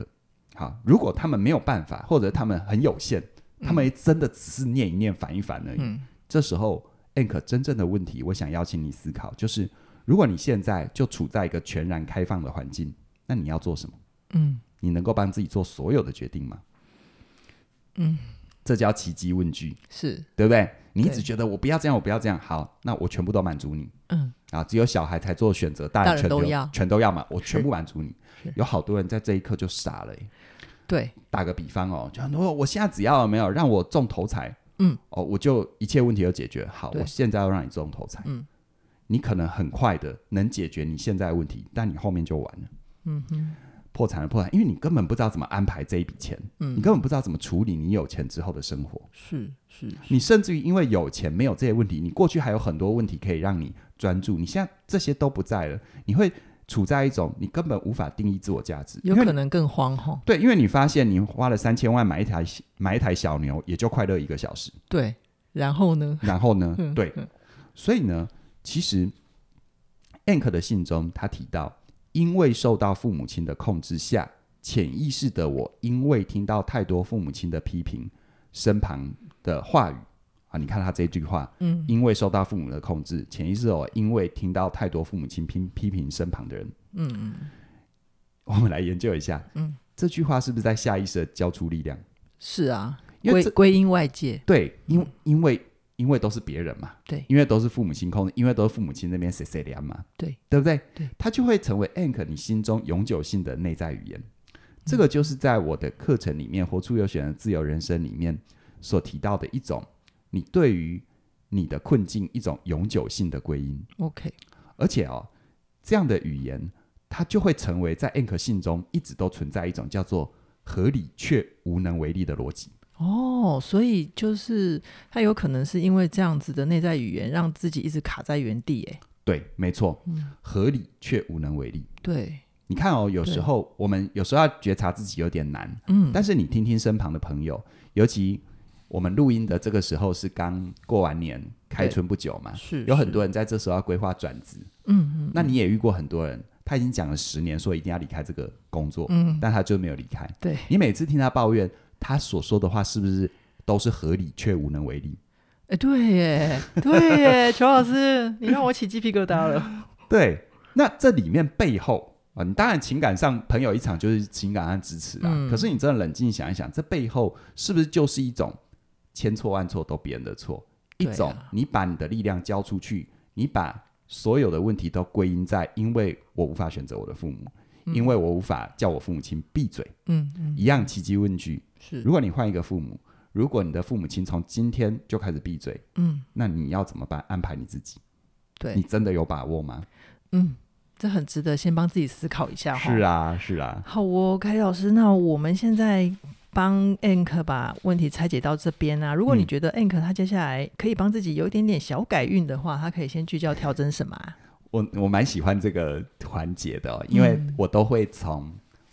[SPEAKER 1] 好，如果他们没有办法，或者他们很有限，他们真的只是念一念、反一反而已，
[SPEAKER 2] 嗯
[SPEAKER 1] 这时候 Ank 真正的问题，我想邀请你思考，就是如果你现在就处在一个全然开放的环境，那你要做什么？
[SPEAKER 2] 嗯
[SPEAKER 1] 你能够帮自己做所有的决定吗？
[SPEAKER 2] 嗯，
[SPEAKER 1] 这叫奇迹问句，
[SPEAKER 2] 是，
[SPEAKER 1] 对不对？你一直
[SPEAKER 2] 对
[SPEAKER 1] 觉得我不要这样，我不要这样，好，那我全部都满足你
[SPEAKER 2] 嗯
[SPEAKER 1] 啊！只有小孩才做选择，大人
[SPEAKER 2] 大人
[SPEAKER 1] 全
[SPEAKER 2] 都
[SPEAKER 1] 都
[SPEAKER 2] 要
[SPEAKER 1] 全都要嘛，我全
[SPEAKER 2] 是
[SPEAKER 1] 部满足你
[SPEAKER 2] 是。
[SPEAKER 1] 有好多人在这一刻就傻
[SPEAKER 2] <laughs>
[SPEAKER 1] 了、欸。
[SPEAKER 2] 对，
[SPEAKER 1] 打个比方哦，就很多我现在只要有没有让我中头彩，
[SPEAKER 2] 嗯，
[SPEAKER 1] 哦，我就一切问题都解决。好，
[SPEAKER 2] 对
[SPEAKER 1] 我现在要让你中头彩，
[SPEAKER 2] 嗯，
[SPEAKER 1] 你可能很快的能解决你现在的问题，但你后面就完了，
[SPEAKER 2] 嗯哼，
[SPEAKER 1] 破产了破产，因为你根本不知道怎么安排这一笔钱，你
[SPEAKER 2] 嗯，
[SPEAKER 1] 根本不知道怎么处理你有钱之后的生活，
[SPEAKER 2] 是是，是
[SPEAKER 1] 你甚至于因为有钱没有这些问题，你过去还有很多问题可以让你专注，你现在这些都不在了，你会处在一种你根本无法定义自我价值，
[SPEAKER 2] 有
[SPEAKER 1] 因为
[SPEAKER 2] 可能更慌吼，
[SPEAKER 1] 对，因为你发现你花了三千万买一台买一台小牛，也就快乐一个小时。
[SPEAKER 2] 对，然后呢？
[SPEAKER 1] 然后呢
[SPEAKER 2] 嗯，
[SPEAKER 1] 对，
[SPEAKER 2] 嗯
[SPEAKER 1] 所以呢，其实 Ank 的信中他提到，因为受到父母亲的控制下，潜意识的我因为听到太多父母亲的批评，身旁的话语啊，你看他这句话，
[SPEAKER 2] 嗯
[SPEAKER 1] 因为受到父母的控制，潜意识的我因为听到太多父母亲批批评身旁的人，
[SPEAKER 2] 嗯嗯，
[SPEAKER 1] 我们来研究一下，
[SPEAKER 2] 嗯，
[SPEAKER 1] 这句话是不是在下意识的交出力量？
[SPEAKER 2] 是啊，
[SPEAKER 1] 因为
[SPEAKER 2] 归
[SPEAKER 1] 这
[SPEAKER 2] 归因外界，
[SPEAKER 1] 对，因、因为因为都是别人嘛，
[SPEAKER 2] 嗯对
[SPEAKER 1] 因为都是父母亲控制，因为都是父母亲那边谁谁凉嘛，
[SPEAKER 2] 对，
[SPEAKER 1] 对不对？
[SPEAKER 2] 对，
[SPEAKER 1] 它就会成为 Ank 你心中永久性的内在语言。这
[SPEAKER 2] 嗯
[SPEAKER 1] 个就是在我的课程里面《活出有选的自由人生》里面所提到的一种，你对于你的困境一种永久性的归因，
[SPEAKER 2] OK，
[SPEAKER 1] 而且哦，这样的语言它就会成为在 Ank 信中一直都存在一种叫做合理却无能为力的逻辑。
[SPEAKER 2] 哦，所以就是他有可能是因为这样子的内在语言，让自己一直卡在原地。哎，
[SPEAKER 1] 对，没错，
[SPEAKER 2] 嗯
[SPEAKER 1] 合理却无能为力。
[SPEAKER 2] 对，
[SPEAKER 1] 你看哦，有时
[SPEAKER 2] 对
[SPEAKER 1] 候我们有时候要觉察自己有点难，
[SPEAKER 2] 嗯，
[SPEAKER 1] 但是你听听身旁的朋友，尤其我们录音的这个时候是刚过完年开春不久嘛，
[SPEAKER 2] 是
[SPEAKER 1] 有很，
[SPEAKER 2] 是
[SPEAKER 1] 多人在这时候要规划转职。
[SPEAKER 2] 嗯嗯
[SPEAKER 1] 那你也遇过很多人，他已经讲了十年，说一定要离开这个工作，
[SPEAKER 2] 嗯，
[SPEAKER 1] 但他就没有离开。
[SPEAKER 2] 对，
[SPEAKER 1] 你每次听他抱怨，他所说的话是不是都是合理却无能为力？
[SPEAKER 2] 哎，对耶，对耶， <laughs> 裘老师，你让我起鸡皮疙瘩
[SPEAKER 1] <laughs>
[SPEAKER 2] 了。
[SPEAKER 1] 对，那这里面背后啊，你当然情感上朋友一场就是情感上支持啊，
[SPEAKER 2] 嗯
[SPEAKER 1] 可是你真的冷静想一想，这背后是不是就是一种千错万错都别人的错，一
[SPEAKER 2] 对啊
[SPEAKER 1] 种你把你的力量交出去，你把所有的问题都归因在因为我无法选择我的父母，
[SPEAKER 2] 嗯
[SPEAKER 1] 因为我无法叫我父母亲闭嘴，
[SPEAKER 2] 嗯嗯，
[SPEAKER 1] 一样奇迹问句。
[SPEAKER 2] 是
[SPEAKER 1] 如，果你换一个父母，如果你的父母亲从今天就开始闭嘴，
[SPEAKER 2] 嗯
[SPEAKER 1] 那你要怎么办？安排你自己，你
[SPEAKER 2] 对，
[SPEAKER 1] 真的有把握吗？
[SPEAKER 2] 嗯，这很值得先帮自己思考一下哈。
[SPEAKER 1] 是啊，是啊。
[SPEAKER 2] 好哦，凯莉老师，那我们现在帮 Ank 把问题拆解到这边啊。如果你
[SPEAKER 1] 嗯
[SPEAKER 2] 觉得 Ank 他接下来可以帮自己有一点点小改运的话，他可以先聚焦调整什么啊、
[SPEAKER 1] 我我蛮喜欢这个环节的哦、因为
[SPEAKER 2] 嗯
[SPEAKER 1] 我都会从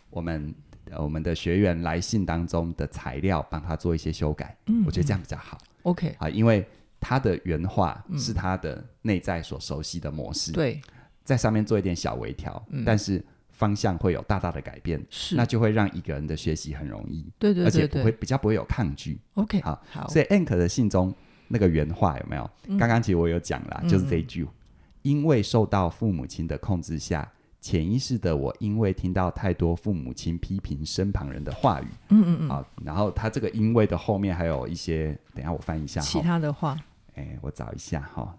[SPEAKER 1] 我们、呃我们的学员来信当中的材料帮他做一些修改，
[SPEAKER 2] 嗯
[SPEAKER 1] 我觉得这样比较好
[SPEAKER 2] OK，
[SPEAKER 1] 啊，因为他的原话
[SPEAKER 2] 嗯
[SPEAKER 1] 是他的内在所熟悉的模式，
[SPEAKER 2] 对，
[SPEAKER 1] 在上面做一点小微调，
[SPEAKER 2] 嗯
[SPEAKER 1] 但是方向会有大大的改变，
[SPEAKER 2] 是，
[SPEAKER 1] 那就会让一个人的学习很容易，
[SPEAKER 2] 对对
[SPEAKER 1] 而且
[SPEAKER 2] 对
[SPEAKER 1] 不会
[SPEAKER 2] 对
[SPEAKER 1] 比较不会有抗拒。
[SPEAKER 2] ，OK，
[SPEAKER 1] 好
[SPEAKER 2] 好，
[SPEAKER 1] 所以 Ank 的信中那个原话有没有？
[SPEAKER 2] 嗯
[SPEAKER 1] 刚刚其实我有讲啦，
[SPEAKER 2] 嗯
[SPEAKER 1] 就是这一句：因为受到父母亲的控制下，潜意识的我，因为听到太多父母亲批评身旁人的话语，
[SPEAKER 2] 嗯嗯嗯，
[SPEAKER 1] 啊，然后他这个因为的后面还有一些，等一下我翻一下
[SPEAKER 2] 其
[SPEAKER 1] 哈，
[SPEAKER 2] 他的话，
[SPEAKER 1] 哎，我找一下哈。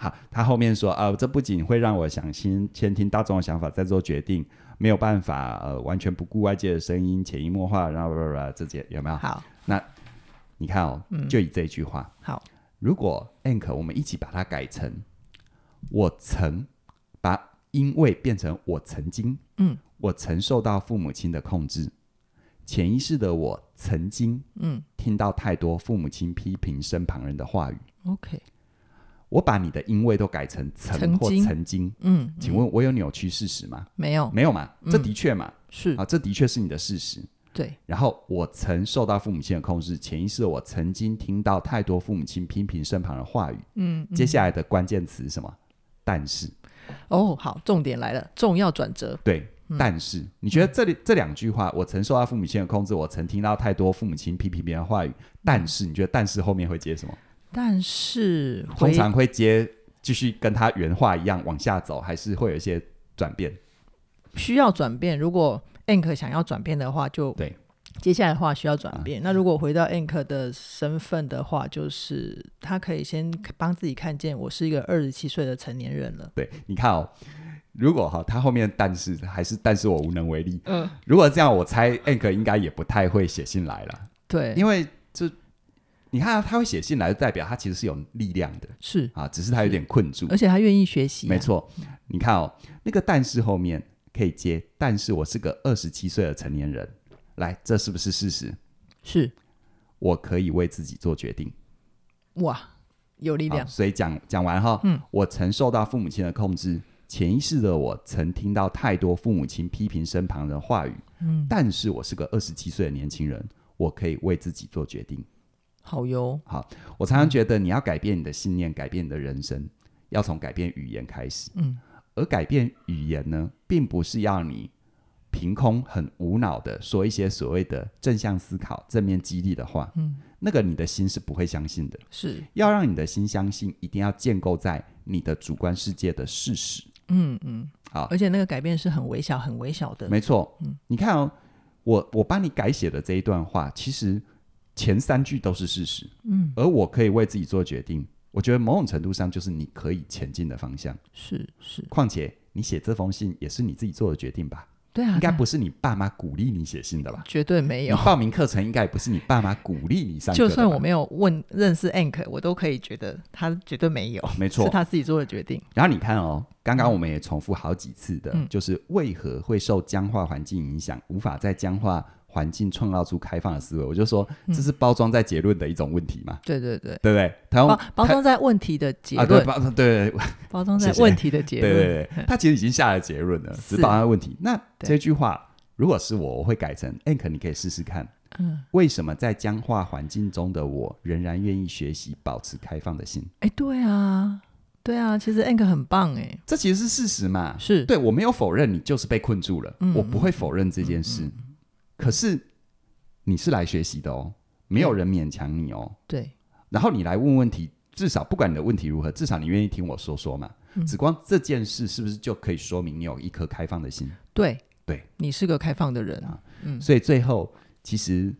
[SPEAKER 1] 好，他后面说，呃，这不仅会让我想先先听大众的想法再做决定，没有办法，呃，完全不顾外界的声音，潜移默化，然后然后然后这些有没有？
[SPEAKER 2] 好嗯
[SPEAKER 1] 你看哦，就以这一句话，
[SPEAKER 2] 好，
[SPEAKER 1] 如果 ank 我们一起把它改成我曾把因为变成我曾经，
[SPEAKER 2] 嗯，
[SPEAKER 1] 我曾受到父母亲的控制，潜意识的我曾经
[SPEAKER 2] 嗯
[SPEAKER 1] 听到太多父母亲批评身旁人的话语。
[SPEAKER 2] ，OK，
[SPEAKER 1] 我把你的因为都改成曾
[SPEAKER 2] 曾
[SPEAKER 1] 或
[SPEAKER 2] 经
[SPEAKER 1] 曾经，
[SPEAKER 2] 嗯，
[SPEAKER 1] 请问我有扭曲事实吗？
[SPEAKER 2] 没有，
[SPEAKER 1] 没有嘛，
[SPEAKER 2] 嗯
[SPEAKER 1] 这的确嘛，
[SPEAKER 2] 是
[SPEAKER 1] 啊，这的确是你的事实。
[SPEAKER 2] 对，
[SPEAKER 1] 然后我曾受到父母亲的控制，潜意识我曾经听到太多父母亲批评身旁的话语。
[SPEAKER 2] 嗯，嗯
[SPEAKER 1] 接下来的关键词是什么？但是，
[SPEAKER 2] 哦，好，重点来了，重要转折，
[SPEAKER 1] 对，但是，你觉得这里这两句话，我曾受到父母亲的控制，我曾听到太多父母亲批评别人的话语，
[SPEAKER 2] 嗯
[SPEAKER 1] 但是，你觉得但是后面会接什么？
[SPEAKER 2] 但是
[SPEAKER 1] 通
[SPEAKER 2] 回
[SPEAKER 1] 常会接继续跟他原话一样往下走，还是会有一些转变？
[SPEAKER 2] 需要转变，如果 Ank 想要转变的话，就
[SPEAKER 1] 对。嗯
[SPEAKER 2] 接下来的话需要转变。那如果回到 Ank 的身份的话，就是他可以先帮自己看见，我是一个二十七岁的成年人了。
[SPEAKER 1] 对，你看哦，如果哈、他后面但是还是但是我无能为力。
[SPEAKER 2] 嗯，
[SPEAKER 1] 如果这样，我猜 Ank 应该也不太会写信来了，
[SPEAKER 2] 对，
[SPEAKER 1] 因为就你看、啊、他会写信来，就代表他其实是有力量的
[SPEAKER 2] 是，
[SPEAKER 1] 啊，只是他有点困住
[SPEAKER 2] 而。且他愿意学习、啊。
[SPEAKER 1] 没，错，你看哦，那个但是后面可以接，但是我是个二十七岁的成年人，来，这是不是事实？
[SPEAKER 2] 是
[SPEAKER 1] 我可以为自己做决定。
[SPEAKER 2] 哇，有力
[SPEAKER 1] 好，
[SPEAKER 2] 量。
[SPEAKER 1] 所以讲讲完哈，
[SPEAKER 2] 嗯
[SPEAKER 1] 我曾受到父母亲的控制，潜意识的我曾听到太多父母亲批评身旁人的话语，
[SPEAKER 2] 嗯，
[SPEAKER 1] 但是我是个二十七岁的年轻人，我可以为自己做决定。
[SPEAKER 2] 好哟，
[SPEAKER 1] 我常常觉得你要改变你的信念，改变你的人生，要从改变语言开始。
[SPEAKER 2] 嗯，
[SPEAKER 1] 而改变语言呢，并不是要你凭空很无脑的说一些所谓的正向思考、正面激励的话，
[SPEAKER 2] 嗯，
[SPEAKER 1] 那个你的心是不会相信的。
[SPEAKER 2] 是，
[SPEAKER 1] 要让你的心相信，一定要建构在你的主观世界的事实。
[SPEAKER 2] 嗯嗯，
[SPEAKER 1] 好，
[SPEAKER 2] 而且那个改变是很微小、很微小的。嗯
[SPEAKER 1] 没错。你看哦，我我帮你改写的这一段话，其实前三句都是事实，
[SPEAKER 2] 嗯，
[SPEAKER 1] 而我可以为自己做决定。我觉得某种程度上就是你可以前进的方向。
[SPEAKER 2] 是是，
[SPEAKER 1] 况且你写这封信也是你自己做的决定
[SPEAKER 2] <laughs>
[SPEAKER 1] 吧？
[SPEAKER 2] 对啊，
[SPEAKER 1] 应该
[SPEAKER 2] 对啊
[SPEAKER 1] 不是你爸妈鼓励你写信的吧？
[SPEAKER 2] 绝对没
[SPEAKER 1] 你 <laughs>
[SPEAKER 2] 有。
[SPEAKER 1] 报名课程应该也不是你爸妈鼓励你上课
[SPEAKER 2] 就
[SPEAKER 1] 的吧，
[SPEAKER 2] 算我没有问认识 Ank，我都可以觉得他绝对没有，
[SPEAKER 1] 没
[SPEAKER 2] 是
[SPEAKER 1] 错，
[SPEAKER 2] 他自己做的决定。
[SPEAKER 1] 然后你看哦，刚刚我们也重复好几次的，
[SPEAKER 2] 嗯
[SPEAKER 1] 就是为何会受僵化环境影响，无法在僵化环境创造出开放的思维？我就说
[SPEAKER 2] 嗯
[SPEAKER 1] 这是包装在结论的一种问题嘛，
[SPEAKER 2] 对对对，
[SPEAKER 1] 对不对？他用
[SPEAKER 2] 包包装在问题的结
[SPEAKER 1] 啊，对
[SPEAKER 2] 论，
[SPEAKER 1] 包对对对
[SPEAKER 2] 包装在
[SPEAKER 1] 谢谢
[SPEAKER 2] 问题的结
[SPEAKER 1] 对
[SPEAKER 2] 论。
[SPEAKER 1] 对对，他其实已经下了结论了，
[SPEAKER 2] 是
[SPEAKER 1] 只是包装在问题。那
[SPEAKER 2] 对
[SPEAKER 1] 这句话如果是我，我会改成 Ank，你可以试试看，
[SPEAKER 2] 嗯，
[SPEAKER 1] 为什么在僵化环境中的我仍然愿意学习，保持开放的心？
[SPEAKER 2] 哎，对啊，对啊，其实 Ank 很棒哎，
[SPEAKER 1] 这其实是事实嘛，
[SPEAKER 2] 是
[SPEAKER 1] 对我没有否认你就是被困住了，
[SPEAKER 2] 嗯
[SPEAKER 1] 我不会否认这件事。可是你是来学习的哦，没有人勉强你哦。
[SPEAKER 2] 对，
[SPEAKER 1] 然后你来问问题，至少不管你的问题如何，至少你愿意听我说说嘛。
[SPEAKER 2] 嗯
[SPEAKER 1] 只光这件事是不是就可以说明你有一颗开放的心？
[SPEAKER 2] 对
[SPEAKER 1] 对，
[SPEAKER 2] 你是个开放的人
[SPEAKER 1] 啊，
[SPEAKER 2] 嗯，
[SPEAKER 1] 所以最后，其实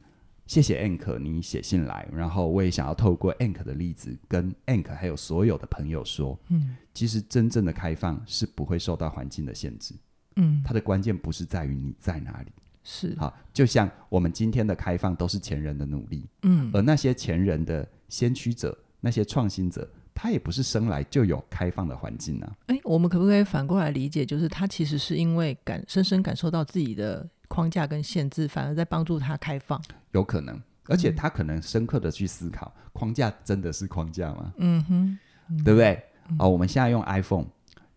[SPEAKER 1] 谢谢 Ank 你写信来，然后我也想要透过 Ank 的例子，跟 Ank 还有所有的朋友说，
[SPEAKER 2] 嗯
[SPEAKER 1] 其实真正的开放是不会受到环境的限制，
[SPEAKER 2] 嗯，
[SPEAKER 1] 它的关键不是在于你在哪里。
[SPEAKER 2] 是，
[SPEAKER 1] 好，就像我们今天的开放都是前人的努力，
[SPEAKER 2] 嗯
[SPEAKER 1] 而那些前人的先驱者、那些创新者，他也不是生来就有开放的环境啊。
[SPEAKER 2] 哎，我们可不可以反过来理解，就是他其实是因为感深深感受到自己的框架跟限制，反而在帮助他开放。
[SPEAKER 1] 有可能，而
[SPEAKER 2] 嗯
[SPEAKER 1] 且他可能深刻的去思考，框架真的是框架吗？
[SPEAKER 2] 嗯哼，
[SPEAKER 1] 对不对？啊、我们现在用 iPhone，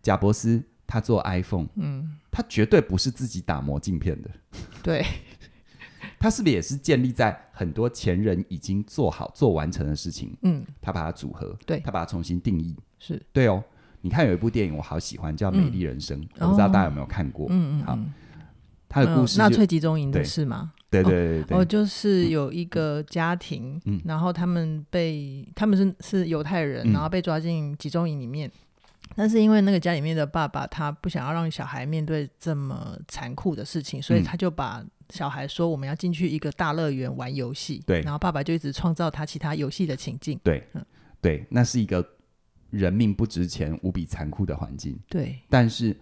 [SPEAKER 1] 贾伯斯他做 iPhone，
[SPEAKER 2] 嗯，
[SPEAKER 1] 他绝对不是自己打磨镜片的，
[SPEAKER 2] 对，
[SPEAKER 1] 他是不是也是建立在很多前人已经做好、做完成的事情，
[SPEAKER 2] 嗯，
[SPEAKER 1] 他把它组合，
[SPEAKER 2] 对
[SPEAKER 1] 他把它重新定义，
[SPEAKER 2] 是，
[SPEAKER 1] 对哦，你看有一部电影我好喜欢，叫《美丽人生》，我不知道大家有没有看过。
[SPEAKER 2] 嗯嗯，
[SPEAKER 1] 好
[SPEAKER 2] 嗯
[SPEAKER 1] 它的故事
[SPEAKER 2] 嗯纳
[SPEAKER 1] 就、
[SPEAKER 2] 粹集中营的
[SPEAKER 1] 对
[SPEAKER 2] 事吗？
[SPEAKER 1] 对对对对
[SPEAKER 2] 哦，就是有一个家庭，
[SPEAKER 1] 嗯
[SPEAKER 2] 然后他们被他们是是犹太人，
[SPEAKER 1] 嗯
[SPEAKER 2] 然后被抓进集中营里面。但是因为那个家里面的爸爸他不想要让小孩面对这么残酷的事情，所以
[SPEAKER 1] 嗯
[SPEAKER 2] 他就把小孩说我们要进去一个大乐园玩游戏。
[SPEAKER 1] 对
[SPEAKER 2] 然后爸爸就一直创造他其他游戏的情境。
[SPEAKER 1] 对
[SPEAKER 2] 嗯
[SPEAKER 1] 对，那是一个人命不值钱、无比残酷的环境。
[SPEAKER 2] 对，
[SPEAKER 1] 但是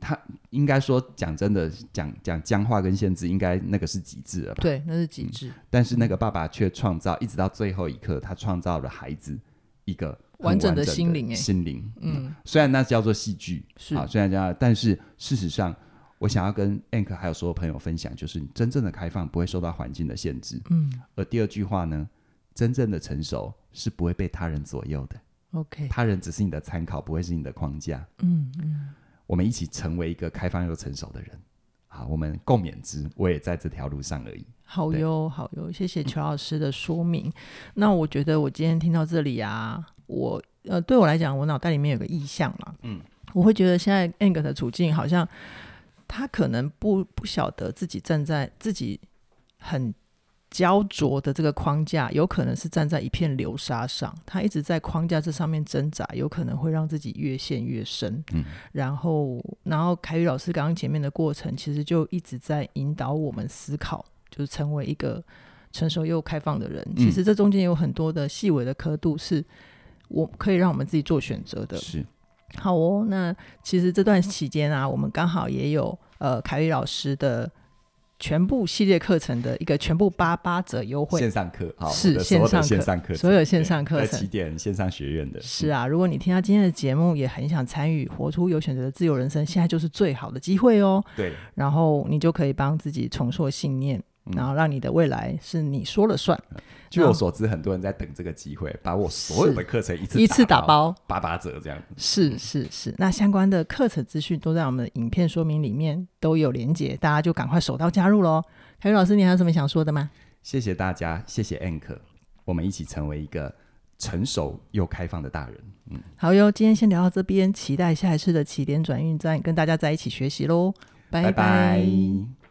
[SPEAKER 1] 他应该说，讲真的，讲讲僵化跟限制，应该那个是极致了吧？
[SPEAKER 2] 对，那是
[SPEAKER 1] 嗯
[SPEAKER 2] 极致，
[SPEAKER 1] 但是那个爸爸却创造，一直到最后一刻，他创造了孩子一个很
[SPEAKER 2] 完整
[SPEAKER 1] 的
[SPEAKER 2] 的心灵欸
[SPEAKER 1] 心灵，嗯，
[SPEAKER 2] 嗯，
[SPEAKER 1] 虽然那叫做戏剧，
[SPEAKER 2] 是
[SPEAKER 1] 啊，虽然叫，但是事实上，我想要跟 Ank 还有所有朋友分享，就是你真正的开放不会受到环境的限制。
[SPEAKER 2] 嗯
[SPEAKER 1] 而第二句话呢，真正的成熟是不会被他人左右的，
[SPEAKER 2] ，OK，
[SPEAKER 1] 他人只是你的参考，不会是你的框架。
[SPEAKER 2] 嗯嗯，
[SPEAKER 1] 我们一起成为一个开放又成熟的人。好，我们共勉之，我也在这条路上而已。
[SPEAKER 2] 好
[SPEAKER 1] 对嗯
[SPEAKER 2] 哟好哟，谢谢邱老师的说明。那我觉得我今天听到这里啊，我呃，对我来讲，我脑袋里面有个意向啦，嗯，我会觉得现在 Ang 的处境好像他可能不不晓得自己站在自己很。焦灼的这个框架，有可能是站在一片流沙上，他一直在框架这上面挣扎，有可能会让自己越陷越深。
[SPEAKER 1] 嗯，
[SPEAKER 2] 然后，然后凯宇老师刚刚前面的过程，其实就一直在引导我们思考，就是成为一个成熟又开放的人。其实这中间有很多的细微的刻度，是我可以让我们自己做选择的。
[SPEAKER 1] 是，
[SPEAKER 2] 好哦，那其实这段期间啊，我们刚好也有呃凯宇老师的全部系列课程的一个全部八八折优惠
[SPEAKER 1] 线，上课，好，
[SPEAKER 2] 是
[SPEAKER 1] 我的所有的
[SPEAKER 2] 线
[SPEAKER 1] 线
[SPEAKER 2] 上
[SPEAKER 1] 上课程，
[SPEAKER 2] 所有线上课
[SPEAKER 1] 在
[SPEAKER 2] 程
[SPEAKER 1] 起。点线上学院的，
[SPEAKER 2] 是啊，如果你听到今天的节目，也很想参与活出有选择的自由人生，现在就是最好的机会哦。
[SPEAKER 1] 嗯对，
[SPEAKER 2] 然后你就可以帮自己重塑信念，然后让你的未来是你说了算，
[SPEAKER 1] 据我所知，很多人在等这个机会，把我所有的课程一次
[SPEAKER 2] 一次打
[SPEAKER 1] 包
[SPEAKER 2] 包。
[SPEAKER 1] 八八折这样。
[SPEAKER 2] 是是是，那相关的课程资讯都在我们的影片说明里面都有连结，大家就赶快手到加入喽。凯宇老师，你还有什么想说的吗？
[SPEAKER 1] 谢谢大家，谢谢 Ank，我们一起成为一个成熟又开放的大人。
[SPEAKER 2] 好哟，今天先聊到这边，期待下一次的起点转运站跟大家在一起学习喽，拜
[SPEAKER 1] 拜拜